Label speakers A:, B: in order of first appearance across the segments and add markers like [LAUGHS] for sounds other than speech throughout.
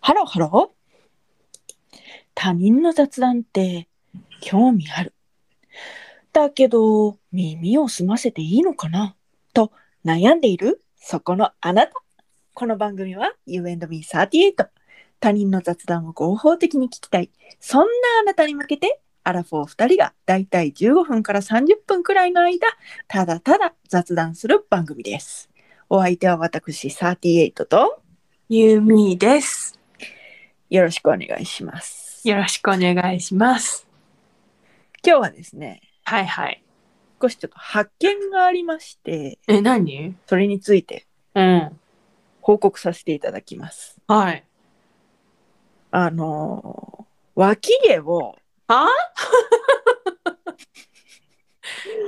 A: ハローハロー。他人の雑談って興味ある。だけど耳を澄ませていいのかなと悩んでいるそこのあなた。この番組は You and me38。他人の雑談を合法的に聞きたい。そんなあなたに向けてアラフォー2人がだいたい15分から30分くらいの間、ただただ雑談する番組です。お相手は私38と
B: ゆみです。
A: よろしくお願いします。
B: よろしくお願いします。
A: 今日はですね
B: はいはい。
A: 少しちょっと発見がありまして
B: え、何
A: それについて
B: うん。
A: 報告させていただきます
B: はい。
A: あのー脇毛を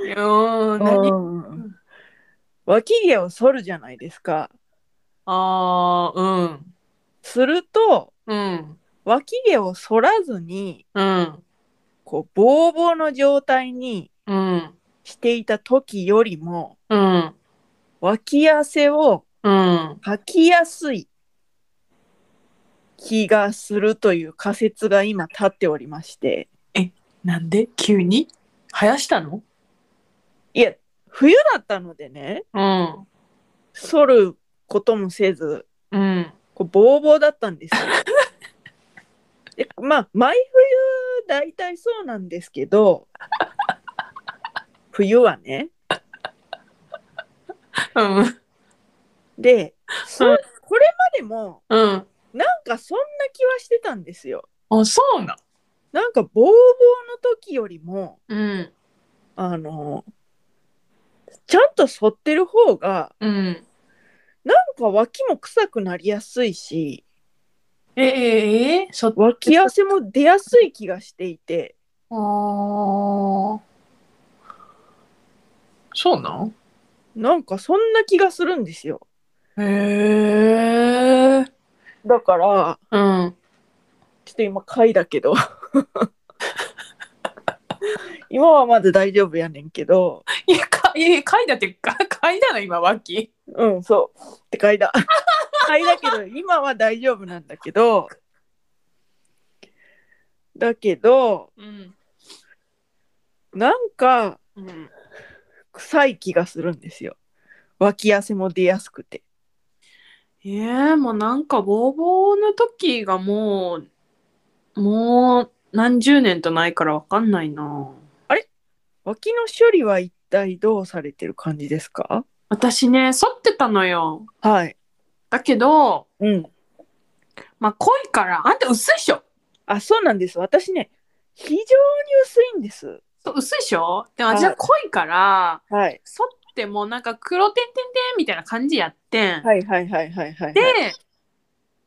B: うん、何
A: うん脇毛を剃るじゃないですか
B: あー、
A: すると
B: うん。うん。
A: 脇毛を剃らずに
B: うん。
A: こうボーボーの状態に
B: うん。
A: していた時よりも
B: うん。
A: 脇汗を
B: うん。
A: かきやすい気がするという仮説が今立っておりまして
B: なんで急に生やしたの
A: いや冬だったのでね
B: うん。
A: 剃ることもせず
B: うん。
A: こうボーボーだったんですよ。 [LAUGHS] でまあ毎冬大体そうなんですけど冬はね。
B: うん。
A: でそ
B: うん
A: これまでも
B: うん。
A: なんかそんな気はしてたんですよ。
B: あ、そうな。
A: なんかボーボーの時よりも
B: うん。
A: あのちゃんと剃ってる方が
B: うん。
A: なんか脇も臭くなりやすいし
B: えええそ
A: 脇汗も出やすい気がしていて。
B: あーそうなん
A: なんかそんな気がするんですよ。
B: へえ。
A: だから、
B: うん。
A: ちょっと今、貝だけど。今はまだ大丈夫やねんけど、
B: いや、か、いや、かいだって、か、かいだの、今、脇。
A: うん、そう。って貝だ。貝だけど、今は大丈夫なんだけど、だけど、
B: うん。
A: なんか
B: うん。
A: 臭い気がするんですよ。脇汗も出やすくて。
B: ええもう、なんか、ボーボーの時が、もう。もう、何十年とないから、わかんないな。
A: 脇の処理は一体どうされてる感じですか
B: 私ね、剃ってたのよ。
A: はい。
B: だけど、
A: うん。
B: まあ、濃いから、あんた薄いっしょ。
A: あ、そうなんです。私ね、非常に薄いんです。
B: そう薄いっしょ。で、
A: はい
B: 私は濃いから、
A: はい。
B: 剃っても、なんか、黒てんてんてんみたいな感じやってん。
A: はいはいはいはいはい。
B: で、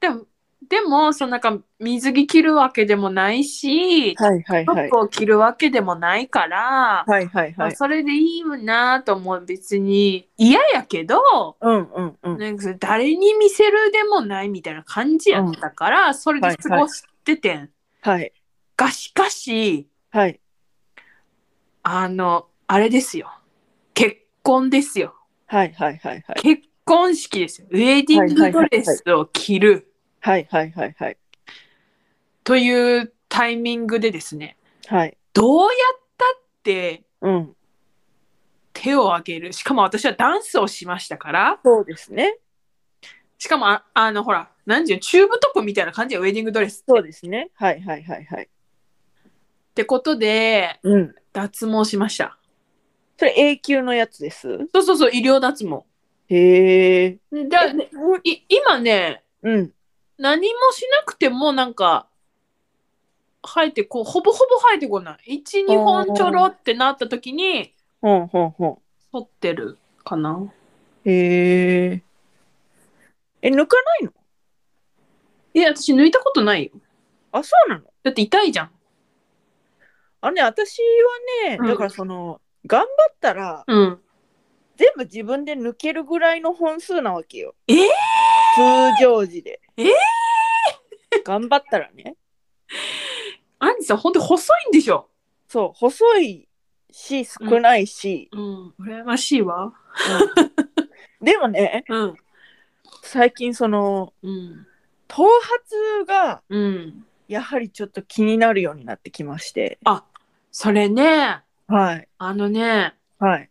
B: でも、でも、そのなんか、水着着るわけでもないし。
A: はいはい
B: ト
A: は
B: ッ
A: い
B: プ。を着るわけでもないから、
A: はいはい
B: ま
A: は
B: あ
A: い。
B: それでいいなと思う別に嫌やけど、
A: うんうんうん。
B: なんかそれ誰に見せるでもないみたいな感じやったから、それで過ごしててん、
A: はい
B: がしかし
A: はい。
B: あのあれですよ結婚ですよ
A: はいはいはいはい。
B: 結婚式ですよウェディングドレスを着る
A: はいはいはいはい。
B: というタイミングでですね
A: はい。
B: どうやったって
A: うん。
B: 手を挙げるしかも私はダンスをしましたから
A: そうですね。
B: しかもああのほら何ていうのチューブトップみたいな感じやウェディングドレスっ
A: そう
B: て。
A: ですね。はいはいはいはい。
B: ってことで
A: うん。
B: 脱毛しました。
A: それ永久のやつです。
B: そうそうそう医療脱毛。
A: へえ。
B: だねい今ね
A: うん。
B: 何もしなくてもなんか生えてこうほぼほぼ生えてこない12
A: おー
B: 本ちょろってなった時に
A: ほんほんほ。
B: 剃ってるかなん
A: へえ。え、抜かないの
B: いや私抜いたことないよ
A: あ、そうなの
B: だって痛いじゃん
A: あのね、私はね、
B: うん
A: だからその、頑張ったら、
B: うん
A: 全部自分で抜けるぐらいの本数なわけよ。
B: えー
A: 通常時で。
B: え
A: 頑張ったらね。
B: アンジさんほんと細いんでしょ
A: そう、細いし、少ないし。
B: うん羨ましいわ
A: うんでもね、
B: うん
A: 最近その、
B: うん
A: 友頭髪が
B: うん。
A: やはりちょっと気になるようになってきまして。
B: それね、
A: はい。
B: あのね、
A: はい。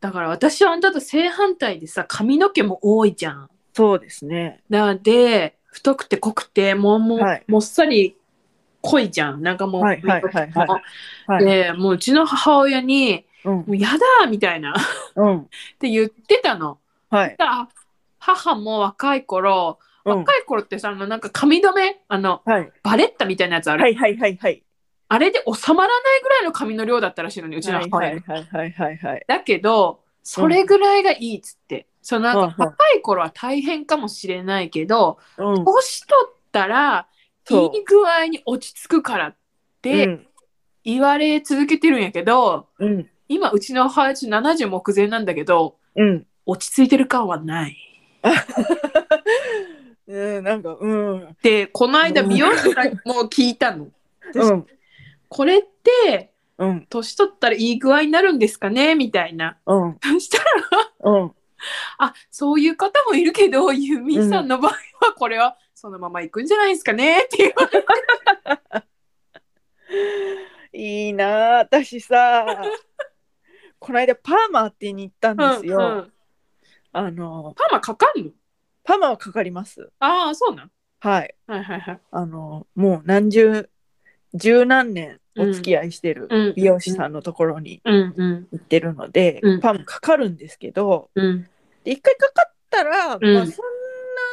B: だから私はあんたと正反対でさ、髪の毛も多いじゃん。
A: そうですね。
B: なので、太くて濃くて、もう、もう、
A: はい
B: もっさり濃いじゃん。なんかもう、
A: はいはいはいははい。
B: で、もううちの母親に、
A: うん
B: も。うやだーみたいな [LAUGHS] っ
A: うん。
B: て言ってたの。
A: はい。
B: だ母も若い頃、
A: うん。
B: 若い頃ってさ、あのなんか髪留め、あの、
A: はい。
B: バレッタみたいなやつある。
A: はいはいはいはい。
B: あれで収まらないぐらいの髪の量だったらしいのに、うちの母親。
A: はいはいはいはいはい。
B: だけど、それぐらいがいいっつって。そのなん
A: うん
B: か
A: うん
B: 若い頃は大変かもしれないけど、
A: うん。
B: 年取ったら、い
A: そう
B: い具合に落ち着くからっ
A: う
B: て
A: ん
B: 言われ続けてるんやけど、
A: うん。
B: 今うちの母親ち70目前なんだけど、
A: うん。
B: 落ち着いてる感はない。
A: うん、なんか、うん。
B: で、この間美容師さんにも聞いたの。
A: うん。
B: これって、
A: うん。
B: 年取ったらいい具合になるんですかねみたいな。
A: うん。
B: そしたら、
A: うん。
B: あ、そういう方もいるけど、ユミさんの場合は、これはそのまま行くんじゃないですかねっていう。
A: いいなあ私さ
B: [LAUGHS]
A: この間パーマ当てに行ったんですよ、
B: うんうん
A: あの
B: パーマかかんの
A: パーマはかかります
B: ああ、そうなん。
A: はい
B: はいはいはい。
A: あのもう何十十何年お付き合いしてる
B: うん
A: 美容師さんのところに
B: うんうん
A: 行ってるので、
B: うん
A: パーマかかるんですけど
B: うん
A: で一回かかったら、
B: ん
A: まあ、そんな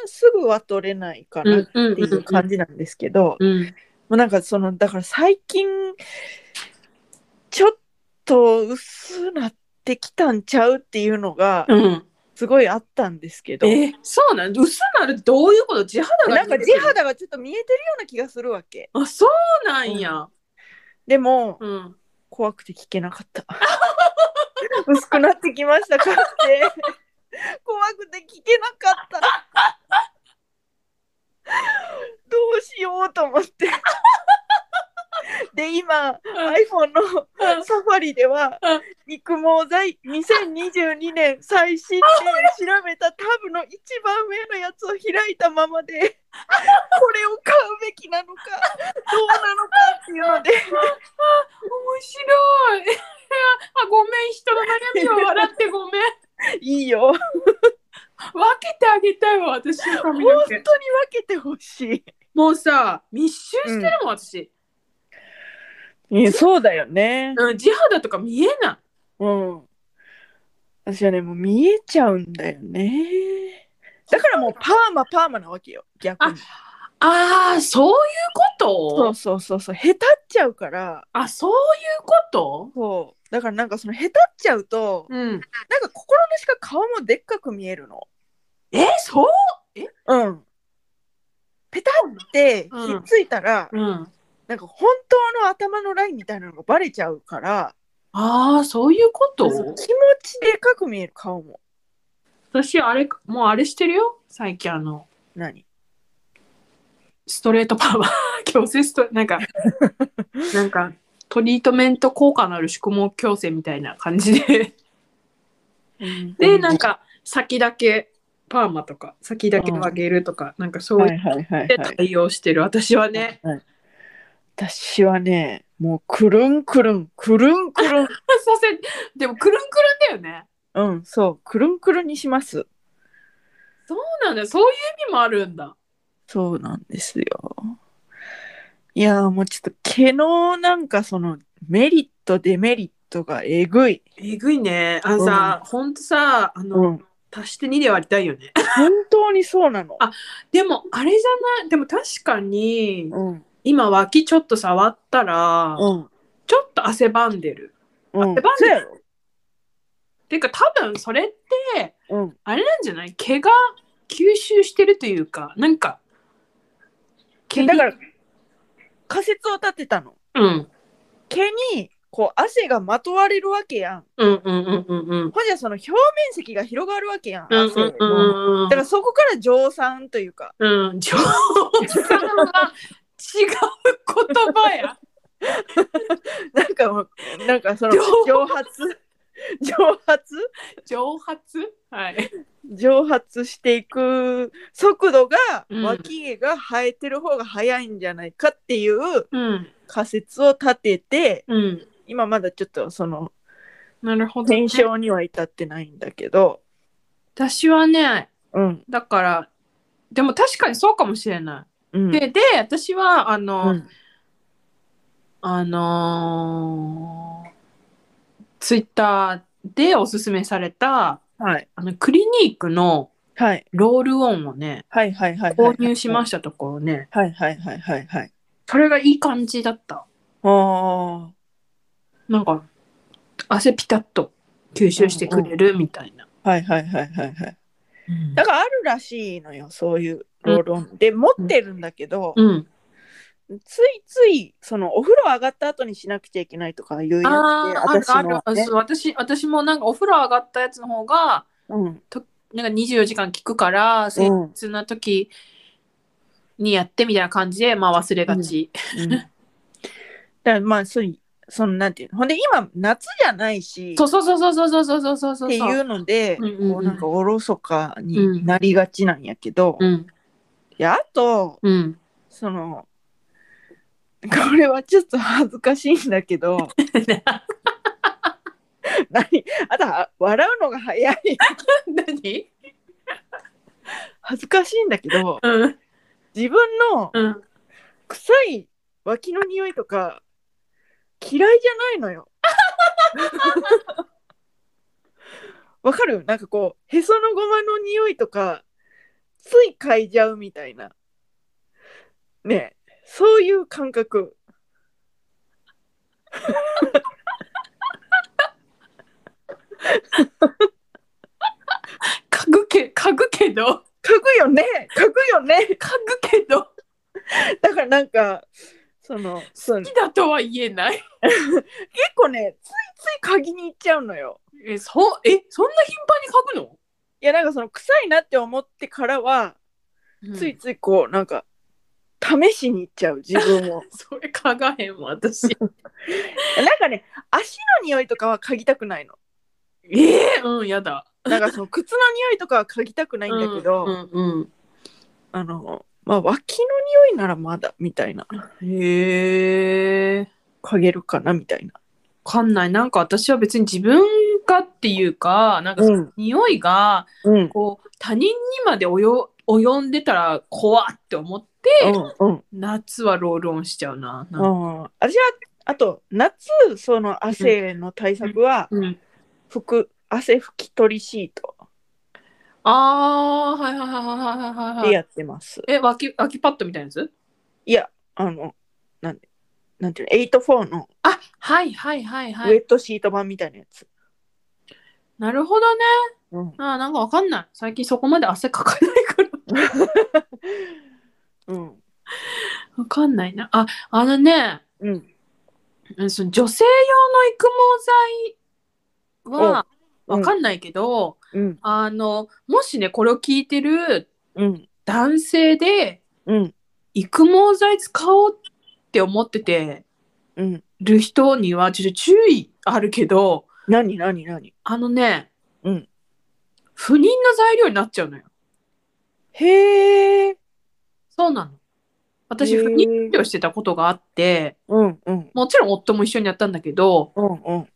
A: すぐは取れないかなっ
B: うん
A: ていう感じなんですけど、
B: うん
A: もうなんかそのだから最近ちょっと薄なってきたんちゃうっていうのが
B: うん
A: すごいあったんですけど、
B: えそうなん薄なるどういうこと地肌が
A: なんか地肌がちょっと見えてるような気がするわけ
B: あそうなんや
A: でも
B: うん
A: 怖くて聞けなかった [LAUGHS] 薄くなってきましたかって [LAUGHS] 怖くて聞けなかった [LAUGHS] どうしようと思って [LAUGHS] で今 iPhone のサファリでは
B: うん
A: 育毛剤2022年最新で調べたタブの一番上のやつを開いたま [LAUGHS] までこれを買うべきなのかどうなのかっていうので
B: 面白い [LAUGHS] あごめん人の悩みを笑ってごめん
A: いいよ本
B: 分けてあげたいわ私の
A: 当
B: 髪
A: に
B: の
A: 分
B: 毛
A: けてほし
B: もうさ密集してるもん、私、
A: いそうだよね
B: うん、地肌とか見えない
A: うん私はねもう見えちゃうんだよねだからもうパーマパーマなわけよ逆に
B: ああそういうこと
A: そうそうそうそう下手っちゃうから
B: あそういうこと
A: そうだからなんかその下手っちゃうと、
B: うん
A: なんか心なしか顔もでっかく見えるの。
B: えそう
A: うん。ペタってひっついたら、
B: うん
A: なんか本当の頭のラインみたいなのがバレちゃうから、
B: ああそういうこと
A: そう気持ちでかく見える顔も。
B: 私あれもうあれしてるよ最近あの
A: 何
B: ストレートパー [LAUGHS] マ矯正ストなん [LAUGHS] かなんかトリートメント効果のある宿毛矯正みたいな感じで [LAUGHS] でなん、か先だけパーマとか先だけ上げるとか、なんかそう
A: は
B: いう
A: いはいはい、
B: で
A: はい。
B: 対応してる、私はね
A: 私はね、もうくるんくるん、くるんくる
B: [LAUGHS]
A: ん。
B: させでもくるんくるんだよね
A: うん、そう、くるんくるんにします。
B: そうなんだよそういう意味もあるんだ
A: そうなんですよ。いやーもうちょっと毛のなんかそのメリットデメリットがえぐい。
B: えぐいねあのさ、ほんとさあの、
A: うん
B: 足して2で割りたいよね
A: 本当にそうなの。
B: あでもあれじゃないでも確かに
A: うん。
B: 今脇ちょっと触ったら、
A: うん。
B: ちょっと汗ばんでる
A: うん
B: 汗ばん
A: そう
B: で
A: や
B: る、てか多分それって
A: ろうん。
B: あれなんじゃない毛が吸収してるというかなんか毛に
A: だから、仮説を立てたの。
B: うん、
A: 毛に、こう、汗がまとわれるわけやん。
B: うんうんうんうんうん
A: ほんじゃ、その表面積が広がるわけやん。
B: うん
A: 汗
B: う
A: の
B: んうんうん
A: だから、そこから蒸散というか。 [LAUGHS]
B: うん、上手さんは違う言葉
A: [LAUGHS]
B: や。
A: なんかもう、なんかその、 [LAUGHS]
B: 蒸
A: 蒸発。蒸発
B: 蒸発はい。
A: 蒸発していく速度が、
B: うん
A: 脇毛が生えてる方が早いんじゃないかっていう
B: うん。
A: 仮説を立てて
B: うん。
A: 今まだちょっとその
B: なるほど、ね
A: 検。証には至ってないんだけど、
B: 私はね、
A: うん
B: だから、でも確かにそうかもしれな
A: うん
B: い。で、で、私は、あの、
A: うん
B: あのツイッター Twitter でおすすめされた、
A: はい
B: あの、クリニークの
A: はい
B: ロールオンをね、
A: はいはいはい
B: 購入しま
A: し
B: したところね、
A: たはいはいはいはいはい
B: それがいい感じだった。
A: あ
B: なんか、汗ピタッと吸収してくれるみたいな。
A: あはいはいはいはいはい
B: うん
A: だからあるらしいのよそういうロールオンで持ってるんだけど、
B: うん。
A: ついついそのお風呂上がった後にしなくちゃいけないとかいうやつで
B: あーある
A: 私
B: ある
A: の
B: あ
A: ね、
B: そう私私もなんかお風呂上がったやつの方が
A: うん
B: なんか24時間効くから誠実な時にやってみたいな感じで、まあ、忘れがち、
A: うん、だからまあそういそのなんていうのほんで今夏じゃないし
B: そうそうそうそうそうそうそうそうそ
A: っ
B: う
A: ていうので
B: うんうんうん
A: こうなんかおろそかになりがちなんやけど、
B: うん
A: であと
B: うん
A: そのこれはちょっと恥ずかしいんだけ
B: [LAUGHS]
A: ど何あとは笑うのが早い
B: 何
A: 恥ずかしいんだけど
B: うん
A: 自分の
B: うん
A: 臭い脇の匂いとか嫌いじゃないのよ。 [LAUGHS] わかるなんかこうへそのごまの匂いとかつい嗅いじゃうみたいな。ねえそういう感覚。
B: 嗅ぐけ嗅ぐけど
A: 嗅ぐよね嗅ぐよね
B: 嗅ぐけど好
A: だからなんかそのそう結
B: きだとは言えない
A: 構ねついつい嗅ぎに行っちゃうのよ。
B: えそえそんな頻繁に嗅
A: いやなんかその臭いなって思ってからは
B: ぐの、
A: ついついこうなんか試しに行っちゃう自分を。
B: それ嗅がへんわ私
A: [LAUGHS] なんかね足の匂いとかは嗅ぎたくないの。
B: ええ [LAUGHS] うんやだ
A: なんかその靴の匂いとかは嗅ぎたくないんだけど、
B: うんうん
A: あのまあ脇の匂いならまだみたいな
B: うんへえ
A: 嗅げるかなみたいな。
B: わかんないなんか私は別に自分がっていうかなんかその
A: うん
B: 匂いが
A: うん
B: こう他人にまでおよ及んでたら怖って思って、
A: うん
B: 夏はロールオンしちゃうな。
A: うん。あ私はあと夏その汗の対策は
B: うん、
A: 服汗拭き取りシート
B: ああはいはいはいはいはい
A: で
B: はいはい。
A: やってます。
B: え脇脇パッドみたいなやつ
A: いやあのなんでなんていうの84の
B: あはいはいはい
A: ウ
B: は
A: ェ
B: い。
A: ットシート版みたいなやつ。
B: なるほどね。
A: うん
B: あーなんかわかんない。最近そこまで汗かかないから。 [LAUGHS]
A: うん
B: わかんないな。ああのね
A: うん
B: うんその女性用の育毛剤はわかんないけど、
A: うん
B: あの、もしね、これを聞いてる
A: うん
B: 男性で
A: うん
B: 育毛剤使おうって思ってて
A: うん。
B: る人には、ちょっと注意あるけど、
A: 何何何
B: あのね、
A: うん
B: 不妊の材料になっちゃうのよ。
A: へえ。
B: そうなの。私、
A: へー
B: 不妊治療してたことがあって、
A: うんうん
B: もちろん夫も一緒にやったんだけど、
A: うんうん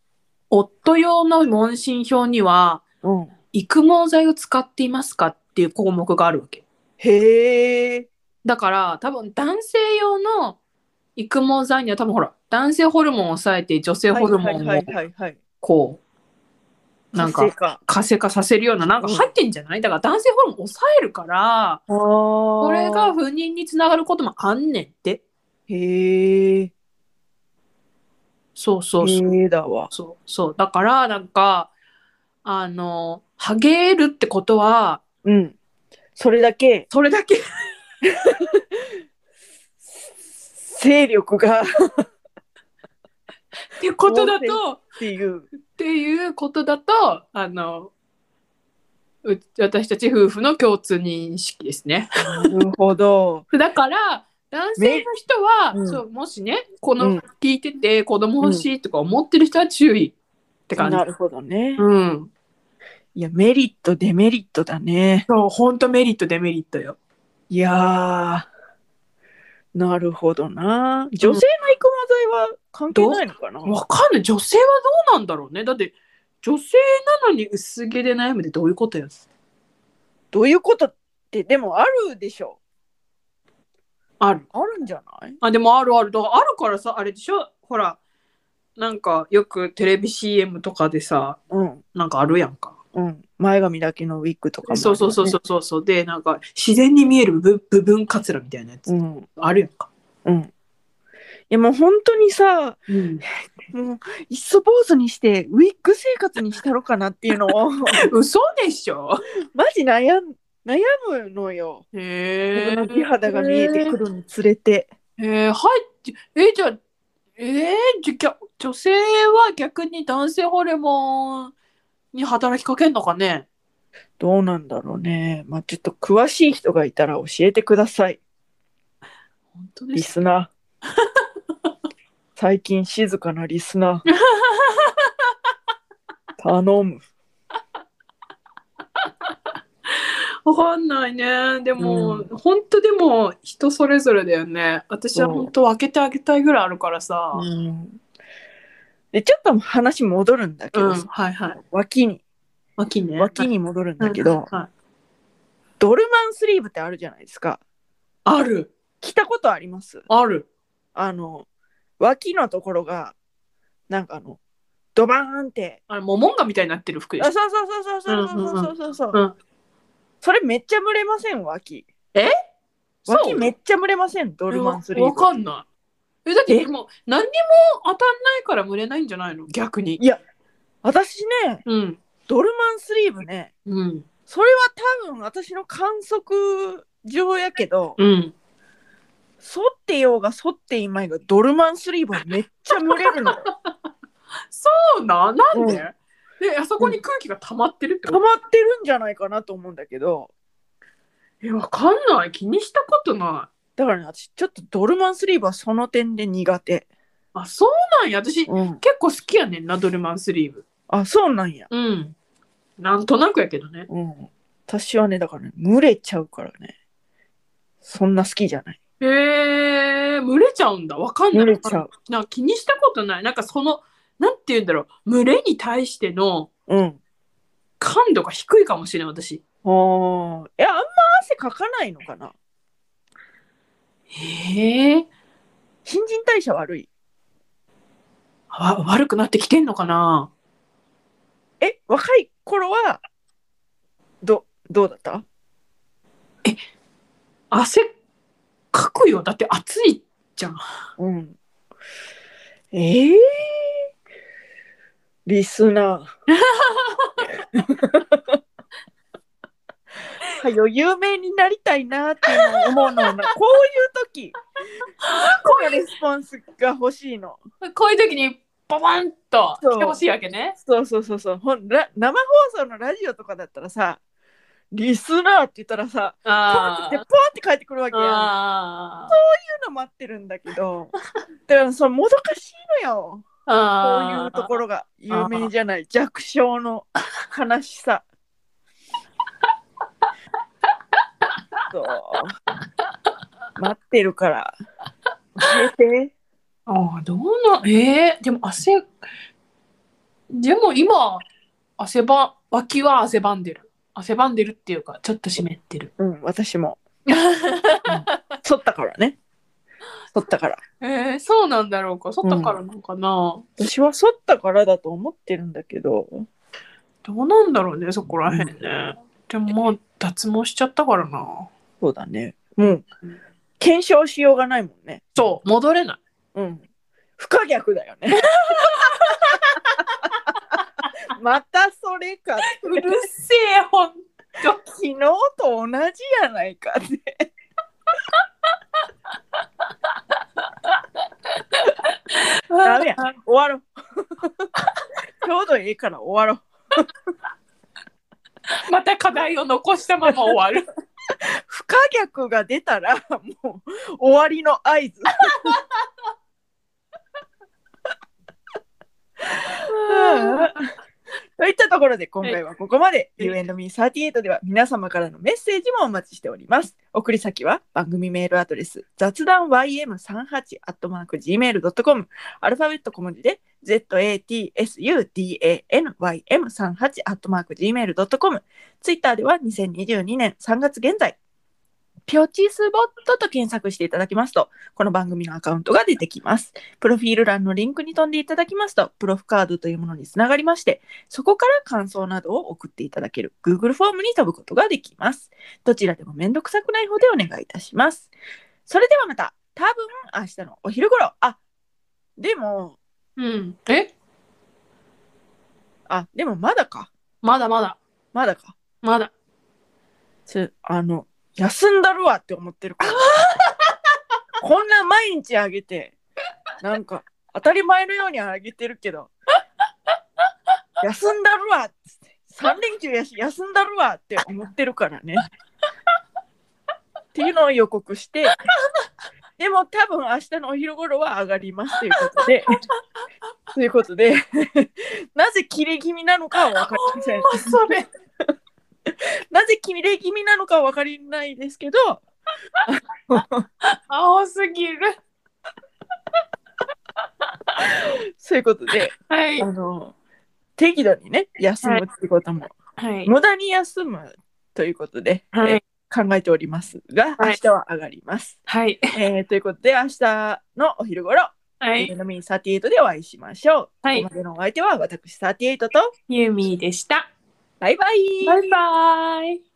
B: 夫用の問診票には、
A: うん。
B: 育毛剤を使っていますかっていう項目があるわけ。
A: へえ。
B: だから多分男性用の育毛剤には多分ほら男性ホルモンを抑えて女性ホルモン
A: は
B: を
A: いはいはい。
B: こうなん
A: 活
B: か
A: 性化
B: 活性化させるようななんか入ってんじゃないだから男性ホルモンを抑えるから
A: あー
B: これが不妊につながることもあんねんって
A: へえ。
B: そうそうそう
A: へえだわ。
B: そうそうだからなんかあのハゲるってことは
A: うん。それだけ
B: それだけ
A: 勢力がっ
B: ってことだと
A: ていう。
B: っていうことだとあのう私たち夫婦の共通認識ですね。
A: なるほど。
B: だから男性の人は、
A: めうん
B: そうもしねこ
A: うん
B: の聞いてて子供欲しいとか思ってる人は注意って感じ。
A: なるほどね。
B: うん、
A: いいや、メリット、デメリットだね。
B: そう、ほんとメリット、デメリットよ。
A: いやー、なるほどな。女性の育毛剤は関係ないのかな、
B: わかんない。女性はどうなんだろうね。だって、女性なのに薄毛で悩むってどういうことや
A: どういうことって、でもあるでしょ。
B: ある。
A: あるんじゃない
B: あ、でもあるある。だからあるからさ、あれでしょほら、なんかよくテレビ CM とかでさ、
A: うん、
B: なんかあるやんか。
A: うん。前髪だけのウィッグとかもある
B: そ
A: よ
B: う
A: ね
B: そうそうそうそうそう。で、なんか自然に見える部部分かつらみたいなやつ、
A: うん、
B: あるやんか。
A: うん。いや、もう本当にさ、
B: うん、
A: もう、いっそ坊主にして、ウィッグ生活にしたろかなっていうの
B: [LAUGHS]
A: を、
B: 嘘でしょ
A: マジ悩ん悩むのよ。
B: へ
A: 自分の美肌が見えてくるにつれて。
B: えー、はい。じえ、じゃあ、えー、じゃぎゃ女性は逆に男性ホルモンに働きかけんのかね
A: どうなんだろうね。まあ、ちょっと詳しい人がいたら教えてください、
B: 本当
A: リ。スナ
B: [LAUGHS]
A: ー。最近静かなリスナ
B: [LAUGHS]
A: ー。頼む。
B: わかんないね。でも、
A: うん
B: 本当でも人それぞれだよね。私は本当分けてあげたいぐらいあるからさ。
A: うんで、ちょっと話戻るんだけ
B: うん、
A: どさ、
B: はいはい。
A: 脇に、
B: 脇ね。
A: 脇に戻るんだけ
B: はい
A: ど、
B: はいはい
A: ドルマンスリーブってあるじゃないですか。
B: ある、
A: 着たことあります
B: ある。
A: あの、脇のところが、なんかあの、ドバーンって。
B: あれ、モモンガみたいになってる服でし
A: あ、
B: ょ。
A: そうそうそうそうそうそうそうそう。
B: うんうんうん
A: それめっちゃ蒸れません、脇。
B: そ
A: 脇
B: う
A: めっちゃ蒸れません、ドルマンスリー
B: わ
A: ブ。
B: かんない。え、だって
A: え
B: もう何にも当たんないから蒸れないんじゃないの逆に。
A: いや私ね、
B: うん。
A: ドルマンスリーブね、
B: うん。
A: それは多分私の観測上やけど、
B: うん。
A: 反ってようが反っていまいが、ドルマンスリーブはめっちゃ蒸れるのよ。
B: そうな、なんで、
A: うん
B: で、あそこに空気が溜まってるって
A: 溜
B: こ
A: ま
B: と、
A: ってるんじゃないかなと思うんだけど、
B: え、わかんない。気にしたことない。
A: だからね、私ちょっとドルマンスリーブはその点で苦手。
B: あ、そうなんや。私、
A: うん。
B: 結構好きやねんな、ドルマンスリーブ。
A: あ、そうなんや。
B: うん。なんとなくやけどね。
A: うん。私はね、だからね、蒸れちゃうからね。そんな好きじゃない。
B: へえー、蒸れちゃうんだ。わかんな
A: 蒸
B: い。
A: れちゃう。
B: なんか気にしたことない。なんかその、なんて言うんだろう。蒸れに対しての
A: うん。
B: 感度が低いかもしれない、私。
A: ああ。いや、あんま汗かかないのかな。
B: へえ
A: 新陳代謝悪い。
B: ー、わ悪くなってきてんのかな
A: え、若い頃は、ど、どうだった
B: 汗かくよ。だって暑いじゃん。
A: うん。ええー、リス
B: [LAUGHS]
A: ナー。はよ有名になりたいなっていうのを思うのはなこういう時こういうレスポンスが欲しいの
B: こういう時にババンと
A: そう
B: 来てほしいわけね。
A: そうそうそうそうほんら生放送のラジオとかだったらさリスナーって言ったらさポンっ
B: あ
A: てポン
B: ー
A: って帰ってくるわけやんそう
B: あー
A: いうの待ってるんだけどだからそのもどかしいのよこうい
B: あ
A: うところが有名じゃない弱小の悲しさ。そう待ってるから教えて。
B: ああどうなえー、でも汗でも今汗ば脇は汗ばんでる汗ばんでるっていうかちょっと湿ってる
A: うん私も剃ったからね。剃ったから。
B: えー、そうなんだろうか外からなのかな、
A: 私は剃ったからだと思ってるんだけど。
B: どうなんだろうねそこらへんね、でもまあ脱毛しちゃったからな
A: そうだね。もう検証しようがないもんね。
B: そう戻れない
A: うん。不可逆だよね。 [LAUGHS] またそれかって。
B: うるせえほん
A: 昨日と同じやないかって。ダメや終わろ [LAUGHS] う。ちょうどいいから終わろう。
B: また課題を残したまま終わる
A: 不可逆が出たらもう終わりの合図。といったところで今回はここまで U&Me38 では皆様からのメッセージもお待ちしております。送り先は番組メールアドレス雑談 ym38-gmail.com アルファベット小文字で zatsudanym38-gmail.com ツイッターでは2022年3月現在ピョチスボットと検索していただきますとこの番組のアカウントが出てきます。プロフィール欄のリンクに飛んでいただきますとプロフカードというものにつながりましてそこから感想などを送っていただける Google フォームに飛ぶことができます。どちらでもめんどくさくない方でお願いいたします。それではまた、多分明日のお昼頃。あ、でも、
B: うん。え
A: あ、でもまだか。
B: まだまだ。
A: まだか。
B: まだ。
A: つあの、休んだるわって思ってるから。こんな毎日あげて、なんか当たり前のようにあげてるけど、休んだるわっつって、3連休やし休んだるわって思ってるからね。っていうのを予告して、でも多分明日のお昼頃は上がりますということで、ということで、なぜ切れ気味なのかは分かりません。
B: それ。
A: なぜ切れ気味なのかわかりないですけど、
B: 青すぎる。
A: そういうことで、
B: はい
A: あ。の、適度にね、休むってことも、
B: はい。
A: 無駄に休むということで、
B: はい
A: えー考えておりますが、
B: はい
A: 明日は上がります。
B: はい。
A: えーということで、明日のお昼頃、
B: は
A: エ
B: い。
A: のミン38でお会いしましょう。
B: はい
A: ここまでのお相手は私38と、
B: ユーミーでした。
A: バイバイ
B: バイバーイ。